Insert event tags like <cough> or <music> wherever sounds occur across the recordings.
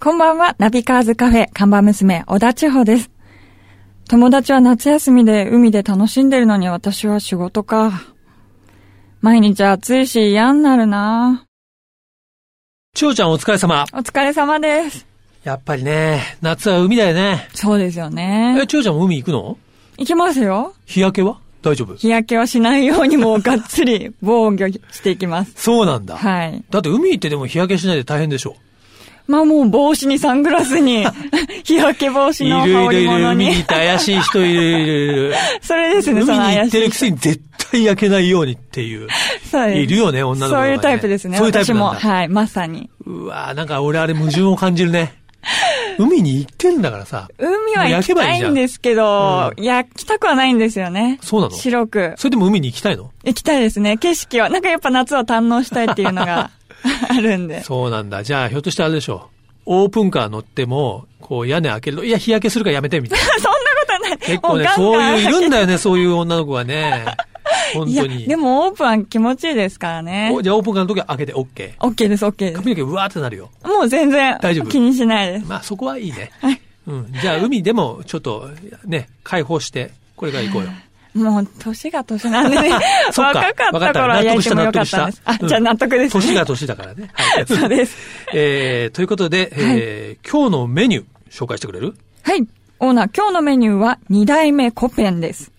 こんばんは、ナビカーズカフェ、看板娘、小田千穂です。友達は夏休みで海で楽しんでるのに私は仕事か。毎日暑いし嫌になるな千代ちゃんお疲れ様。お疲れ様です。やっぱりね、夏は海だよね。そうですよえ、ね。千代ちゃんも海行くの行きますよ。日焼けは大丈夫日焼けはしないようにもうがっつ <laughs> り防御していきます。そうなんだ。はい。だって海行ってでも日焼けしないで大変でしょ。まあもう帽子にサングラス <laughs> に、日焼け帽子の羽織物海にに。行って怪しい人いる、いる、いる。それ <laughs> ですね、海にその行怪っしているくせに絶対焼けないようにっていう。そうですいるよね女の子とかそねういうタイプですね。そういうタイプ私なんも、だはい、まさに。うわーなんか俺あれ矛盾を感じる <laughs> ね。海に行ってるんだからさ。海は行きたいんですけど、いや、来たくはないんですよね。そうなの白く。それでも海に行きたいの行きたいですね。景色は。なんかやっぱ夏を堪能したいっていうの <laughs> があるんで。そうなんだ。じゃあ、ひょっとしてあれでしょう。オープンカー乗っても、こう屋根開ける。いや、日焼けするからやめて、みたいな。そんなことはない。結構ね、もそういう、い開けるんだよね、そういう女の子がね。 <laughs> 本当に。いや、でもオープンは気持ちいいですからねお。じゃあ、オープンカーの時は開けて OK。 OK です、OK です。髪の毛うわーってなるよ。もう全然大丈夫気にしないです。まあ、そこはい <laughs> いね。うん。じゃあ、海でも、ちょっと、ね、解放して、これから行こ <laughs> うよ。。もう、年が年なんでね <laughs> そっか若かった頃は焼いてもよかったんです。納得あした納得した、じゃあ納得ですね。年が年だからね。は <laughs> い。そうです。えー、ということで、えー、今日のメニュー、紹介してくれるはい。オーナー、今日のメニューは2代目コペンです。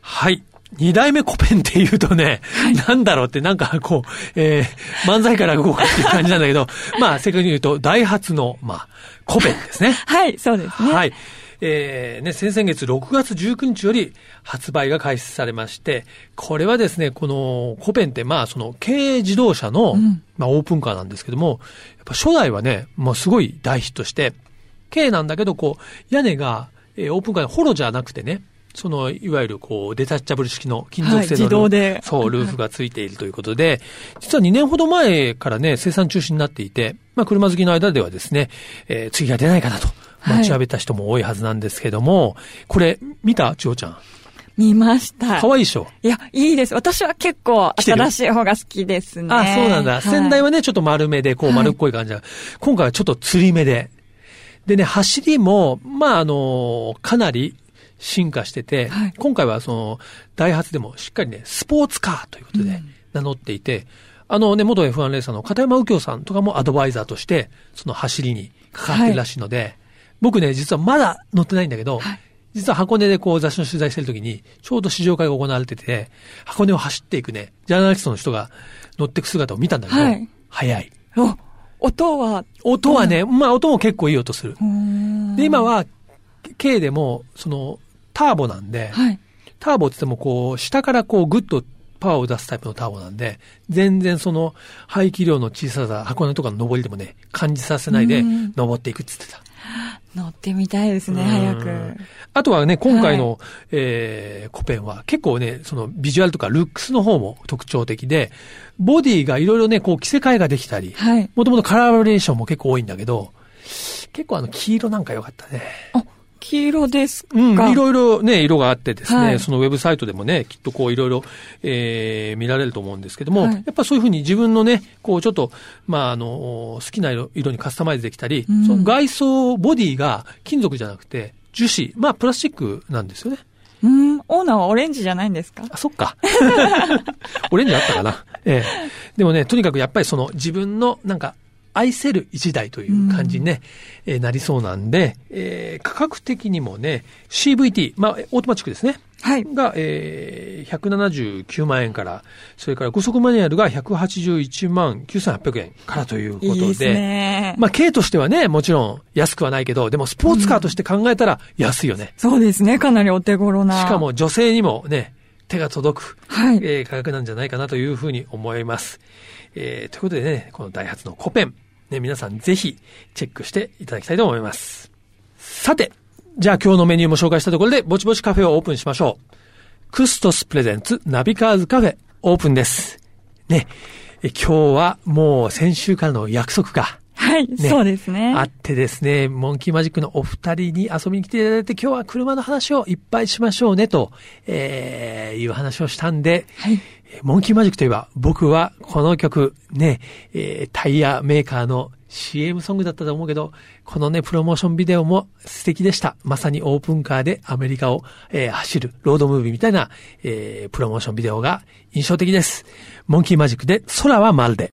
はい。二代目コペンって言うとね、なんだろうって、なんかこう、えー、漫才から動かっていう感じなんだけど、まあ、正確に言うと、ダイハツの、まあ、コペンですね。はい、そうですね。はい。えー、ね、先々月6月19日より発売が開始されまして、これはですね、このコペンって、まあ、その軽自動車の、んまあ、オープンカーなんですけども、やっぱ初代はね、もうすごい大ヒットして、軽なんだけど、こう、屋根が、えーオープンカーのホロじゃなくてね、その、いわゆる、こう、デタッチャブル式の金属製のはいルー自動でそう、ルーフがついているということで、実は2年ほど前からね、生産中止になっていて、まあ、車好きの間ではですね、えー次が出ないかなと、はい待ちわびた人も多いはずなんですけども、これ、見た千代ちゃん。見ました。かわいいでしょ、いや、いいです。私は結構来てる新しい方が好きですね。あ、そうなんだ。先代ははね、ちょっと丸めで、こう丸っこい感じだ、今回はちょっと釣り目で。でね、走りも、まあ、あの、かなり進化してて、はい今回はその、ダイハツでもしっかりね、スポーツカーということで名乗っていて、あのね、元 F1 レーサーの片山右京さんとかもアドバイザーとして、その走りに関わってるらしいので、僕ね、実はまだ乗ってないんだけど、はい実は箱根でこう雑誌の取材してるときに、ちょうど試乗会が行われてて、箱根を走っていくね、ジャーナリストの人が乗ってく姿を見たんだけど、はい速い。お、音は、音はね、まあ音も結構いい音する。うーんで、今は、K でも、その、ターボなんで、はい。ターボって言ってもこう、下からこう、グッとパワーを出すタイプのターボなんで、全然その、排気量の小ささ、箱根とかの上りでもね、感じさせないでうん、登っていくって言ってた。乗ってみたいですね、早く。あとはね、今回の、えーコペンは結構ね、そのビジュアルとかルックスの方も特徴的で、ボディがいろいろね、こう着せ替えができたり、はい。もともとカラーバリエーションも結構多いんだけど、結構あの黄色なんか良かったね。あ、黄色ですか。うん、いろいろね、色があってですね、はいそのウェブサイトでもね、きっとこういろいろ、えー見られると思うんですけども、はいやっぱそういうふうに自分のね、こうちょっと、まあ、あの、好きな色色にカスタマイズできたり、うんその外装、ボディが金属じゃなくて、樹脂、まあ、プラスチックなんですよね。うん、オーナーはオレンジじゃないんですかあ、そっか。 <laughs> オレンジあったかな。ええ。 <laughs> でもね、とにかくやっぱりその自分のなんか愛せる一台という感じにね、えーなりそうなんで、えー価格的にもね、CVT、まあ、オートマチックですね。はい。が、えー179万円から、それから5速マニュアルが181万9800円からということで、いいですね。まあ、軽としてはね、もちろん安くはないけど、でもスポーツカーとして考えたら安いよね。そうですね、かなりお手頃な。しか、も女性にもね、手が届く、はい。えー価格なんじゃないかなというふうに思います。えーということでね、このダイハツのコペン、ね、皆さんぜひチェックしていただきたいと思います。さて、じゃあ今日のメニューも紹介したところで、ぼちぼちカフェをオープンしましょう。クストスプレゼンツナビカーズカフェオープンです。ね、え今日はもう先週からの約束が、はい、ねそうですね。あってですね、モンキーマジックのお二人に遊びに来ていただいて、今日は車の話をいっぱいしましょうね、と、えーいう話をしたんで、はい。えーモンキーマジックといえば、僕はこの曲、ね、えータイヤメーカーの CM ソングだったと思うけど、このね、プロモーションビデオも素敵でした。まさにオープンカーでアメリカを、えー走るロードムービーみたいな、えープロモーションビデオが印象的です。モンキーマジックで空はまるで。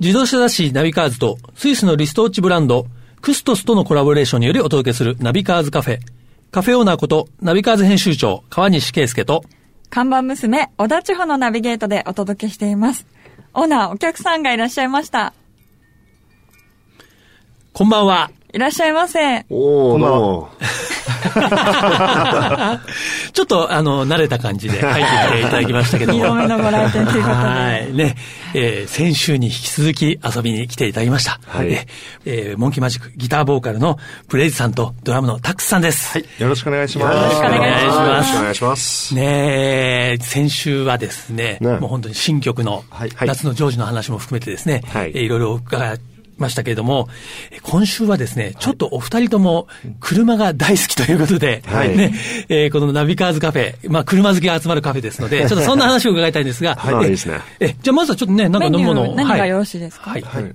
自動車雑誌ナビカーズとスイスのリストウォッチブランドクストスとのコラボレーションによりお届けするナビカーズカフェ。カフェオーナーことナビカーズ編集長川西圭介と看板娘、小田千穂のナビゲートでお届けしています。オーナー、お客さんがいらっしゃいました。こんばんは。いらっしゃいませ。おこおんばんはどうも。 <laughs> ちょっとあの慣れた感じで入ってきていただきましたけど2も。度目のご来店ということはで。い。ね。えー先週に引き続き遊びに来ていただきました。はいねえーモンキーマジックギターボーカルのブレイズさんとドラムのタックスさんです。はい。よろしくお願いします。よろしくお願いしますよろしくお願いします。ねえ、先週はですね、ねもう本当に新曲の、はいはい夏のジョージの話も含めてですね、はいえーいろいろ伺いましたけれども、えー今週はですね、ちょっとお二人とも車が大好きということで、はいねえーこのナビカーズカフェ、まあ車好きが集まるカフェですの <laughs> で、ちょっとそんな話を伺いたいんですが、はいえあいいですねえーじゃあまずはちょっとね、なんかメニ飲みュ物をー、何がよろしいですか、はい。ははいい。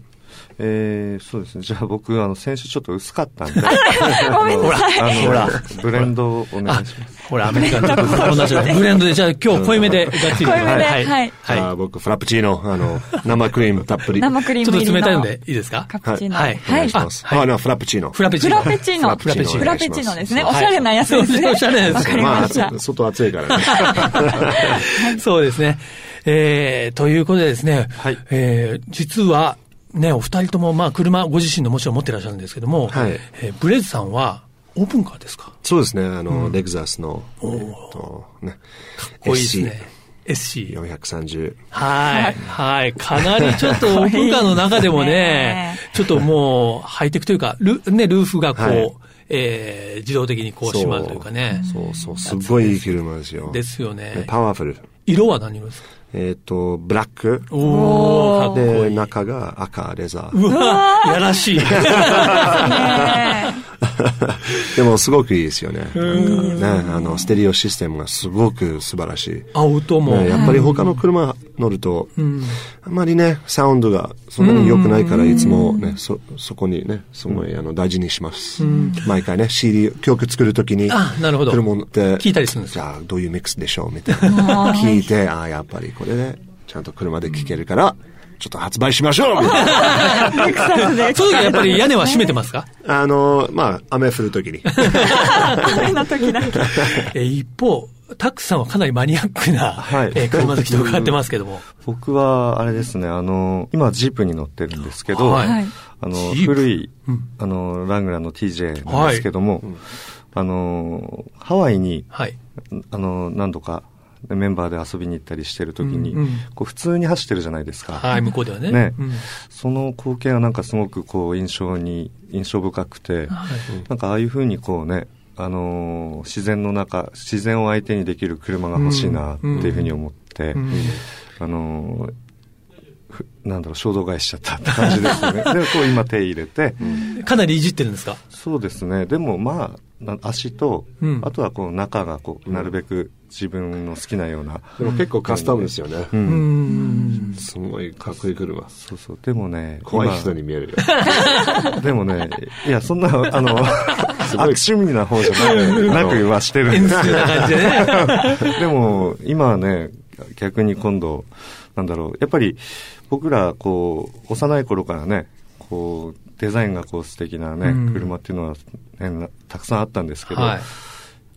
えー、そうですね。じゃあ僕、あの、先週ちょっと薄かったんで。ごめんなさい。 <laughs> あのほらブレンドをお願いあします。、ほら、アメリ <laughs> カンと同じブレンドで、じゃあ今日濃いめでがっつりと。濃いめではいはい。あー僕、フラプチーノ、あ <laughs> の、生クリームたっぷり。生クリーちょムっ入とり冷のたいのでいいですかカプチーノ。はいお願いします。はいあ、な、フラプチーノ。フラペチフーノ。ラペチーノ。フラペチーノフラペチーノですね。はおいしゃれなやつですね。おしゃれなやつわかりままあ、した。外暑 <laughs> いからね。そうですね。えー、ということでですね、はいえー、実は、ね、お二人とも、まあ、車、ご自身のもちろん持ってらっしゃるんですけども、はいえーブレイズさんは、オープンカーですかそうですね。あの、レグザスの、えっと、ね。多いですね。SC。 SC430。はい。はい。かなりちょっと、オープンカーの中でも <laughs> ね、ちょっともう、ハイテクというか、ル,、ね、ルーフがこう、はいえー自動的にこう閉まるというかね。そうそう。すごいいい車ですよ。ですよねでパワフル。色は何色ですかえっと、ブラック。おー、かっこいい。で、中が赤、レザー。うわやらしい。 <laughs> ねでも、すごくいいですよね。ね、あの、ステレオシステムがすごく素晴らしい。あ、音も。ねやっぱり他の車乗ると、あまりね、サウンドがそんなに良くないから、いつもね、そ、そこにね、すごいあの大事にします。毎回ね、CD、曲作るときに、あなるほど車乗って、聞いたりするんですじゃあ、どういうミックスでしょうみたいな。聞いて、ああ、やっぱりこれね、ちゃんと車で聴けるから、ちょっと発売しましょうみたい <laughs> なレクサスで。その時はやっぱり屋根は閉めてますかあの、まあ、雨降るときに。雨の時だけ。 <laughs> え一方、タックさんはかなりマニアックな、はいえー車好きと伺ってますけども。僕は、あれですね、あの、今、ジープに乗ってるんですけど、はいはいあの、ジープ古いうん、あの、ラングラーの TJ なんですけども、あの、ハワイに、はい。あの、何度かメンバーで遊びに行ったりしてる時に、うんうんこう普通に走ってるじゃないですか。はい、向こうではね。ねうんその光景はなんかすごくこう印象に、印象深くて、なんかああいうふうにこうね、あのー自然の中、自然を相手にできる車が欲しいなっていうふうに思って、うんあのーふなんだろう、衝動買いしちゃったって感じで <laughs> すよね。で、こう今手入れて、かなりいじってるんですかそうですね。でもまあ、な足と、うんあとはこう中がこう、なるべく自分の好きなような、でも結構カスタムですよね。うんうん。すごいかっこいい車。そうそう。でもね、怖い今人に見える <laughs> よ。でもね、いや、そんな、あ <laughs> の、ごい悪趣味な方じゃない、なくはしてるんですけ感じでね。ど、 <laughs> でも、今はね、逆に今度、なんだろう、やっぱり、僕ら、こう、幼い頃からね、こう、デザインがこう素敵なね、うん車っていうのは、ねなたくさんあったんですけど、はい。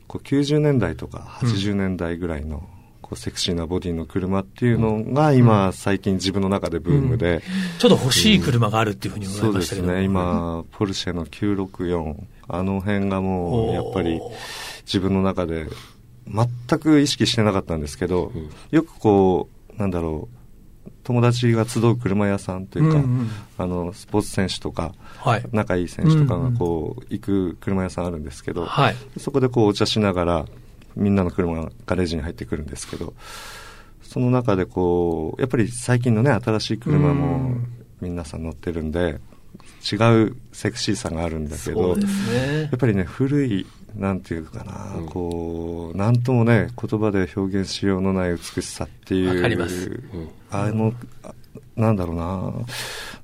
こう90年代とか80年代ぐらいの、こうセクシーなボディの車っていうのが今最近自分の中でブームで、ちょっと欲しい車があるっていうふうに思そいうまでしたすけど。ね、今、ポルシェの964、あの辺がもう、やっぱりおー自分の中で、全く意識してなかったんですけど、よくこう、なんだろう、友達が集う車屋さんというか、うんうんあの、スポーツ選手とか、はい。仲いい選手とかがこう、行く車屋さんあるんですけど、はい。そこでこうお茶しながら、みんなの車がガレージに入ってくるんですけど、その中でこう、やっぱり最近のね、新しい車うもん皆さん乗ってるんで、違うセクシーさがあるんだけそど、うでやすねっ。ぱりね、古い、なんていうかな、こう、なんともね、言葉で表現しようのない美しさっていう、わかりますあの、あなんだろう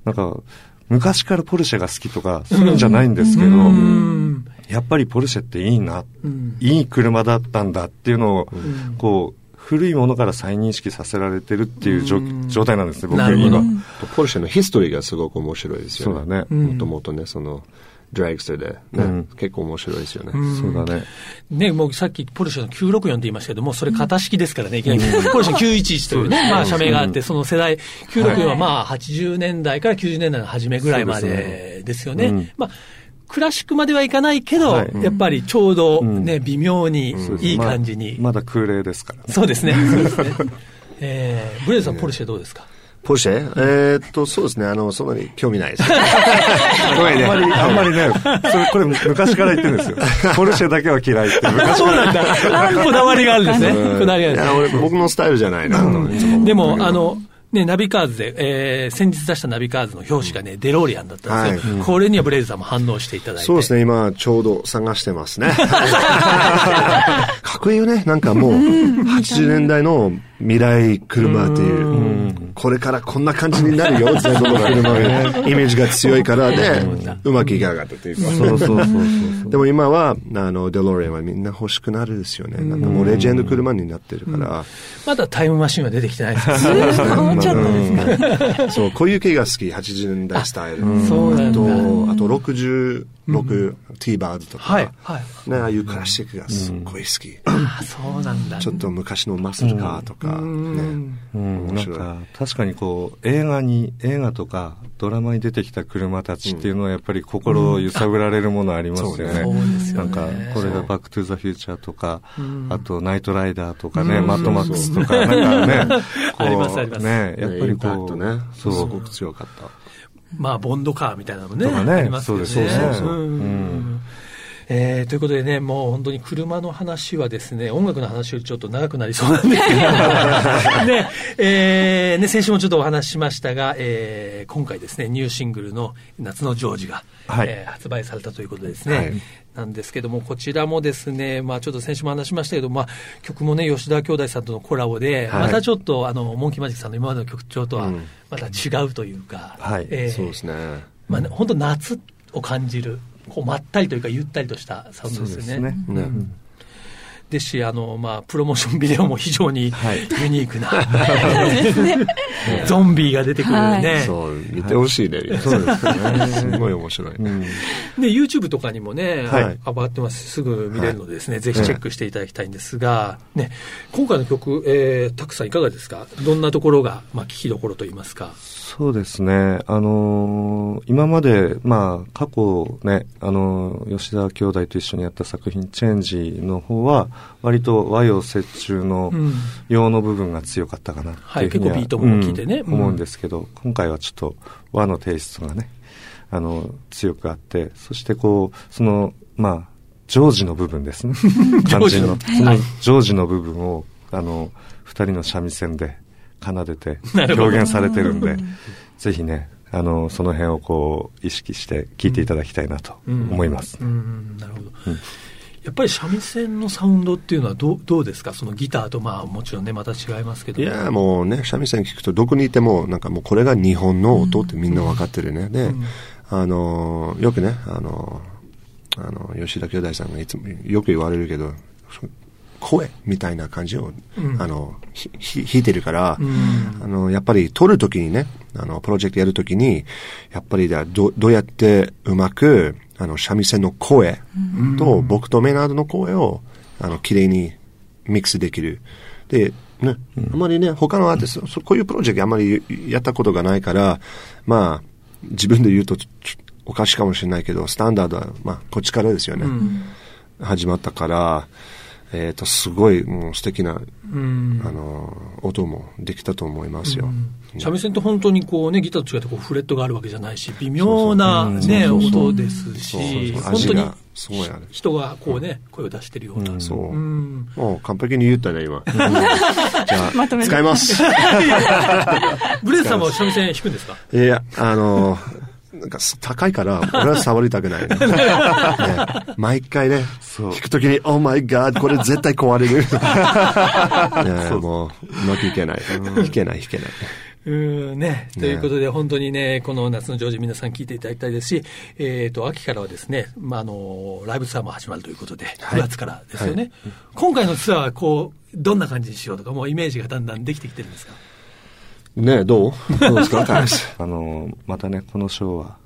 な、なんか、昔からポルシェが好きとか、そういうんじゃないんですけど、うん。やっぱりポルシェっていいな、うんいい車だったんだっていうのを、こう、古いものから再認識させられてるっていう状状態なんですね、僕なるほど今。ポルシェのヒストリーがすごく面白いですよね。そうだねうんもともとね、その、ドライグスターで、ねうん結構面白いですよね。そうだね。ね、もうさっきポルシェの964って言いましたけども、それ型式ですからね、いきなり。ポルシェ911というね、まあ社名があって、その世代、964はまあ80年代から90年代の初めぐらいまそうででですようねん。まあクラシックまではいかないけど、はいやっぱりちょうどね、うん微妙にいい感じに。まあまだ空冷ですから。そう <laughs> ですね。そうですね。えー、ブレイズさん、ポルシェどうですかポルシェえーっと、そうですね。あの、そんなに興味ない <laughs> です。ごめんね。あんまり、あんまりね、それ、これ昔から言ってるんですよ。 <laughs> ポルシェだけは嫌いって、昔そうなんだ。 <laughs> こだわりがあるんですね。こだわりがあるんですねいや俺僕のスタイルじゃないな、といつも思ってでるけども、あ、の、ね、ナビカーズで、えー先日出したナビカーズの表紙がね、デロリアンだったんですよ、これにはブレイズさんも反応していただいて。そうですね、今、ちょうど探してます <laughs> ね。かっこいいよね。なんかもう、80年代の未来車っていう、これからこんな感じになるよ、全部の車がね。イメージが強いからで、うまくいかなかったというか。そうそうそうそう。でも今は、あの、デロリアンはみんな欲しくなるですよね。なんかもうレジェンド車になってるから、まだタイムマシンは出てきてないです思っちゃったですね。うん <laughs> そう、こういう系が好き、80年代スタイル。そうなんだあと、あと66、T バーズとか。はい。はい。ね、ああいうクラシックがすっごい好き。あ、そうなんだ。ちょっと昔のマッスルカーとか、ね。うん、面なん白いか、確かにこう、映画に、映画とか、ドラマに出てきた車たちっていうのは、やっぱり心を揺さぶられるものありますよね。うんそうですよなねんか、これがバックトゥザフューチャーとか、あと、ナイトライダーとかね、マッドマックスとか、なんかね、こう <laughs> ありますありますね、やっぱイりンパクこトう、ね。そすう、ごく強かった。まあ、ボンドカーみたいなのもね、とかねありますよね。そうですそうそううんうんえーということでね、もう本当に車の話はですね、音楽の話よりちょっと長くなりそうなんですけ <laughs> ど、ね、えーね、先週もちょっとお話ししましたが、えー今回ですね、ニューシングルの夏のジョージが、はいえー発売されたということでですね、はいなんですけども、こちらもですね、まあちょっと先週も話しましたけど、まあ曲もね、吉田兄弟さんとのコラボで、はいまたちょっと、あの、モンキーマジックさんの今までの曲調とは、また違うというか、はいえーそうですね。まあね、本当夏を感じる、こうまったりというかゆったりとしたサウンドそうですよでね。すですね。ね。し、あの、まあ、プロモーションビデオも非常にはいユニークな、ゾンビが出てくるね。はいそう、見てほしいね。そうですね。 <laughs> すごい面白い。うんで、YouTube とかにもね、はい上がってます。すぐ見れるのでですね、ぜひチェックしていただきたいんですが、ね、今回の曲、えー、たくさんいかがですかどんなところが、まあ、聞きどころといいますか。そうですね。あのー今まで、まあ、過去ね、あのー吉田兄弟と一緒にやった作品、チェンジの方は、割と和洋折衷のうん洋の部分が強かったかなっていうふうには、はい結構ビートも効いてねうんうん思うんですけど、今回はちょっと和のテイストがね、あの、強くあって、そしてこう、その、まあ、ジョージの部分で <laughs> すね。ョージの肝心そのジョージの部分を、あの、二人の三味線で奏でてなるほど表現されてるんで、ぜひね、あの、その辺をこう、意識して聴いていただきたいなと思います。うん、なるほど。やっぱり三味線のサウンドっていうのはどうどうですかそのギターとまあもちろんねまた違いますけどいやーもうね、三味線聞くと、どこにいても、なんかもうこれが日本の音ってみんなわかってるね。で、あのーよくね、あのーあの、吉田兄弟さんがいつもよく言われるけど、そ声みたいな感じを、あの、ひ、ひ弾いてるから、あの、やっぱり撮るときにね、あの、プロジェクトやるときに、やっぱりだど、どうやってうまく、あの、三味線の声と、僕とメナードの声を、あの、綺麗にミックスできる。で、ね、あまりね、他のアーティスト、そこういうプロジェクトあまりやったことがないから、まあ、自分で言うとちょちょおかしいかもしれないけど、スタンダードは、まあ、こっちからですよね。始まったから、えっ、と、すごい、もう素敵な、うんあの、音もできたと思いますよ。三味線って本当にこうねギターと違ってこうフレットがあるわけじゃないし微妙なね音ですしそ本うそう当味にがすごいある人がこうね声を出してるような、そう。うんもう完璧に言った <laughs> ね、今。じゃまとあ、め使います。ブレイズさんは三味線弾くんですかいや、あの、なんかす高いから、俺は触りた <laughs> くないね、ね毎回ね、そう弾くときに、Oh my god, これ <laughs> 絶対壊れる。ねもう、うまくいけない。弾けない、弾けない。うーんね、ということで、本当にね、この夏のジョージ、皆さん聞いていただきたいですし、えー、と秋からはですね、まああの、ライブツアーも始まるということで、9月からですよね、今回のツアーはこう、どんな感じにしようとか、もうイメージがだんだんできてきてるんですか。ねえ、どうどうですか、彼氏。 <laughs> あのまたねこの賞は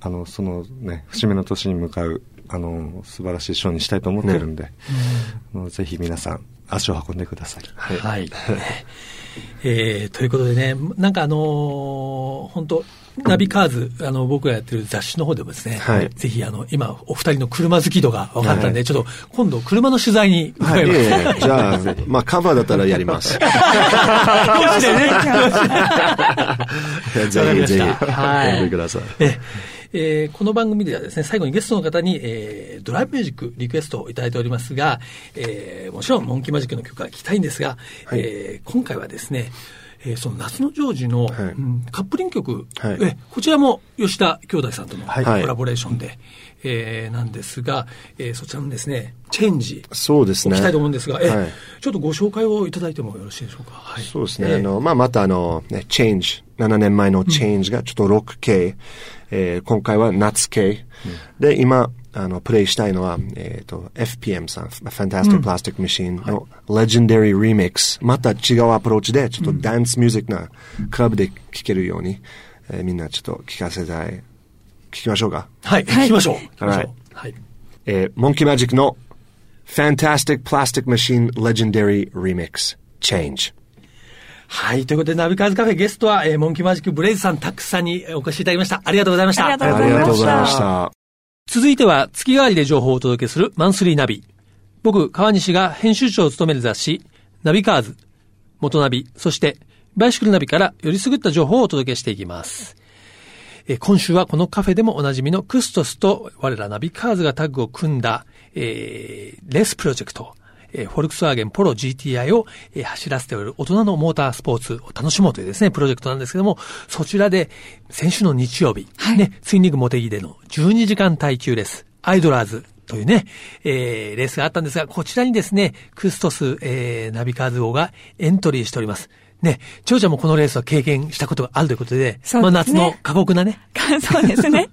あのそのね節目の年に向かうあの素晴らしい賞にしたいと思ってるんで、あのぜひ皆さん足を運んでください、はい。えーということでね、なんかあの本当ナビカーズ、あの、僕がやってる雑誌の方でもですね、はいぜひ、あの、今、お二人の車好き度が分かったんで、ちょっと、今度、車の取材に伺いいます。えい <laughs> え、じゃあ、まあカバーだったらやります。どうしてね。わかぜひぜひ、りましたはい呼んでください。ええーこの番組ではですね、最後にゲストの方に、えードライブミュージックリクエストをいただいておりますが、えーもちろんモンキーマジックの曲が聞きたいんですが、えー今回はですね、えーその夏のジョージの、はいうんカップリング曲、はいえーこちらも吉田兄弟さんとのコはいラボレーションで、えーなんですが、えーそちらのですね、チェンジ、そうですお聞ね。きたいと思うんですが、えーはいちょっとご紹介をいただいてもよろしいでしょうか。はいそうですね。えーあの、まあ、またあの、ね、change。7年前の change がちょっとロック系。えー今回は夏系。で、今、あの、プレイしたいのは、えっ、と、FPM さん、Fantastic Plastic Machine の Legendary Remix。また違うアプローチで、ちょっとダンスミュージックなクラブで聴けるように、えーみんなちょっと聴かせたい。聴きましょうか。はい、はい聞きましょう。聞きましょう。はいはいえー、モンキーマジックの Fantastic Plastic Machine Legendary Remix Change。はい。ということで、ナビカーズカフェゲストは、えーモンキーマジックブレイズさん、たくさんにえーお越しいただきました。ありがとうございました。ありがとうございましたありがとうございました。続いては月替わりで情報をお届けするマンスリーナビ。僕、川西が編集長を務める雑誌、ナビカーズ、元ナビ、そして、バイシクルナビからよりすぐった情報をお届けしていきます。えー今週はこのカフェでもおなじみのクストスと我らナビカーズがタッグを組んだ、えーレースプロジェクト、えーフォルクスワーゲンポロ GTI を、えー走らせておる大人のモータースポーツを楽しもうというですね、プロジェクトなんですけども、そちらで先週の日曜日、はいね、ツインリングモテギでの12時間耐久レース、アイドラーズというね、えーレースがあったんですが、こちらにですね、クストス、えーナビカーズ王がエントリーしております。ね、長女もこのレースは経験したことがあるということで、そうまですねあ夏の過酷なね、そうですね。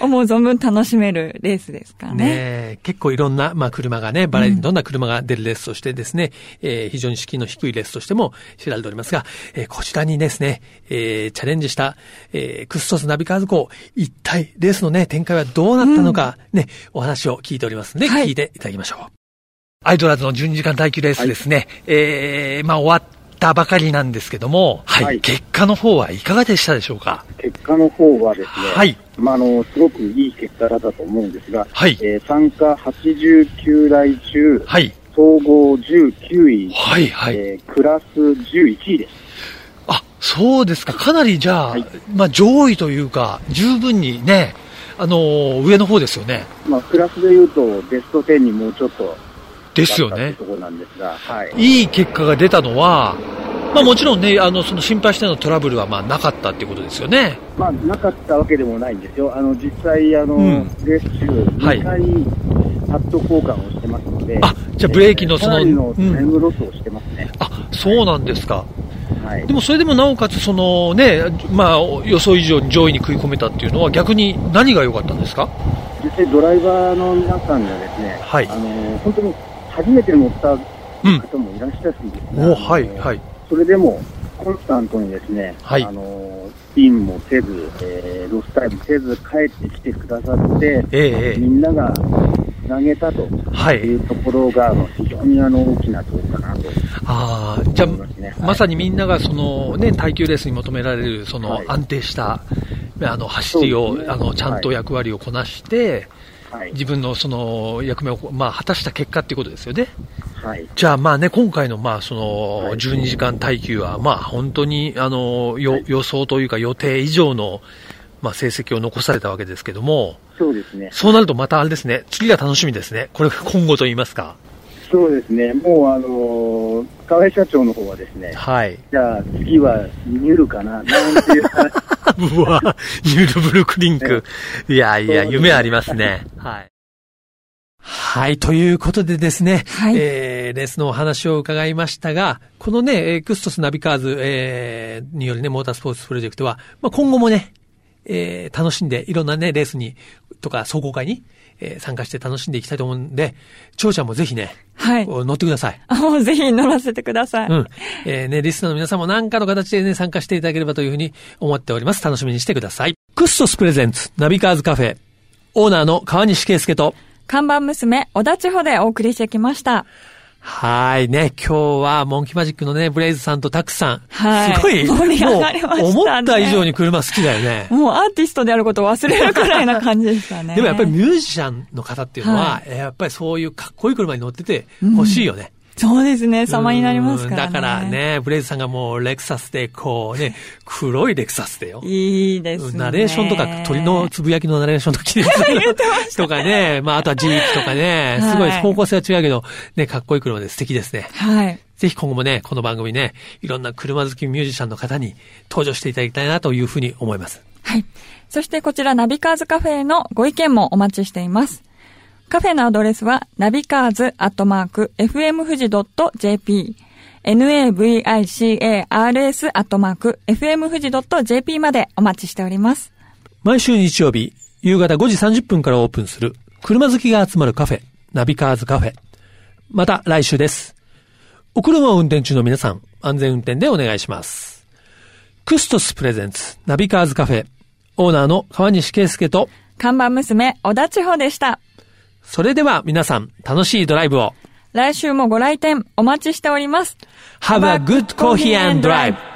思う存分楽しめるレースですからねね。え結構いろんな、まあ、車がね、バラエティどんな車が出るレースとしてですね、えー非常に敷居の低いレースとしても知られておりますが、えーこちらにですね、えーチャレンジした、えークストスナビカーズ校、一体レースのね、展開はどうなったのか、ね、お話を聞いておりますので、はい聞いていただきましょう。アイドラーズの12時間耐久レースですね、えーまあ、終わったばかりなんですけども、はい、はい結果の方はいかがでしたでしょうか結果の方はですね、はい、まあ、あのすごくいい結果だったと思うんですが、はい、えー参加89台中、はい、総合19位、はい、はい。えークラス11位です。あ、そうですか。かなりじゃあ、はいまあ上位というか、十分にね、あのー上の方ですよね。まあ、クラスでいうと、ベスト10にもうちょっとですよだったっねて。ところなんですが、はい。いい結果が出たのは、まあもちろんね、あの、その心配してのトラブルはまあなかったってことですよね。まあ、なかったわけでもないんですよ。あの、実際、あの、うんレース中、はい2回、ハット交換をしてますので、あ、じゃあブレーキのその、えーかなうりのタイん。ムロスをしてますね。あ、そうなんですか。はいで。もそれでもなおかつ、そのね、まあ予想以上に上位に食い込めたっていうのは逆に何が良かったんですか実際ドライバーの皆さんがですね、はいあの本当に初めて乗ったうん。方もいらっしゃるんですが、お、はい、あのはい。それでもコンスタントにですね、はいあのスピンもせず、えーロスタイムせず帰ってきてくださって、えええみんながつなげたとえはい。いうところが、あの非常にあの大きなところかなとああ、じゃあ思い、ますね。まさにみんながその、ね、耐久レースに求められるそのはい安定した、あの走りそを、うですねあのちゃんとはい役割をこなして、はい、自分のその役目を、まあ、果たした結果っていうことですよね。はい、じゃあまあね、今回のまあそはのい12時間耐久は、まあ本当にあのよはい予想というか予定以上の、まあ、成績を残されたわけですけども、そうですね。そうなるとまたあれですね、次が楽しみですね。これが今後といいますか。そうですね。もうあの河合社長の方はですね、はい。じゃあ次はニュルかな、なんていう話うわ、ニュルブルクリンク。いやいや、そう夢ありますね。はい。はい、ということでですね、はいええーレースのお話を伺いましたが、このね、えークストスナビカーズ、えーによるね、モータースポーツプロジェクトは、まあ、今後もね、えー楽しんで、いろんなね、レースに、とか、総合会に、えー参加して楽しんでいきたいと思うんで、長ちゃんもぜひね、はいこう乗ってください。あもうぜひ乗らせてください。うん。えーね、リスナーの皆さんも何かの形でね、参加していただければというふうに思っております。楽しみにしてください。クストスプレゼンツ、ナビカーズカフェ、オーナーの川西圭介と、看板娘、小田千穂でお送りしてきました。はいね、今日はモンキーマジックのね、ブレイズさんとタクさん。はいすごい、盛り上がりましたねもう思った以上に車好きだよね。もうアーティストであることを忘れるくらいな感じでしたね。でもやっぱりミュージシャンの方っていうのはは、えーやっぱりそういうかっこいい車に乗ってて欲しいよね。そうですね、様になりますからね。うんだから。ね、ブレイズさんがもうレクサスでこうね、黒いレクサスでよ。いいですね。ナレーションとか、鳥のつぶやきのナレーションとか聞いてたとかね、まああとはジープとかね、すごいはい方向性は違うけど、ね、かっこいい車で素敵ですね。はい。ぜひ今後もね、この番組ね、いろんな車好きミュージシャンの方に登場していただきたいなというふうに思います。はい。そしてこちらナビカーズカフェへのご意見もお待ちしています。カフェのアドレスは、ナビカーズアットマーク、fmfuji.jp、navicars アットマーク、fmfuji.jp までお待ちしております。毎週日曜日、夕方5時30分からオープンする、車好きが集まるカフェ、ナビカーズカフェ。また来週です。お車を運転中の皆さん、安全運転でお願いします。クストスプレゼンツ、ナビカーズカフェ、オーナーの川西圭介と、看板娘、小田千穂でした。それでは皆さん、楽しいドライブを。来週もご来店お待ちしております。 Have a good coffee and drive!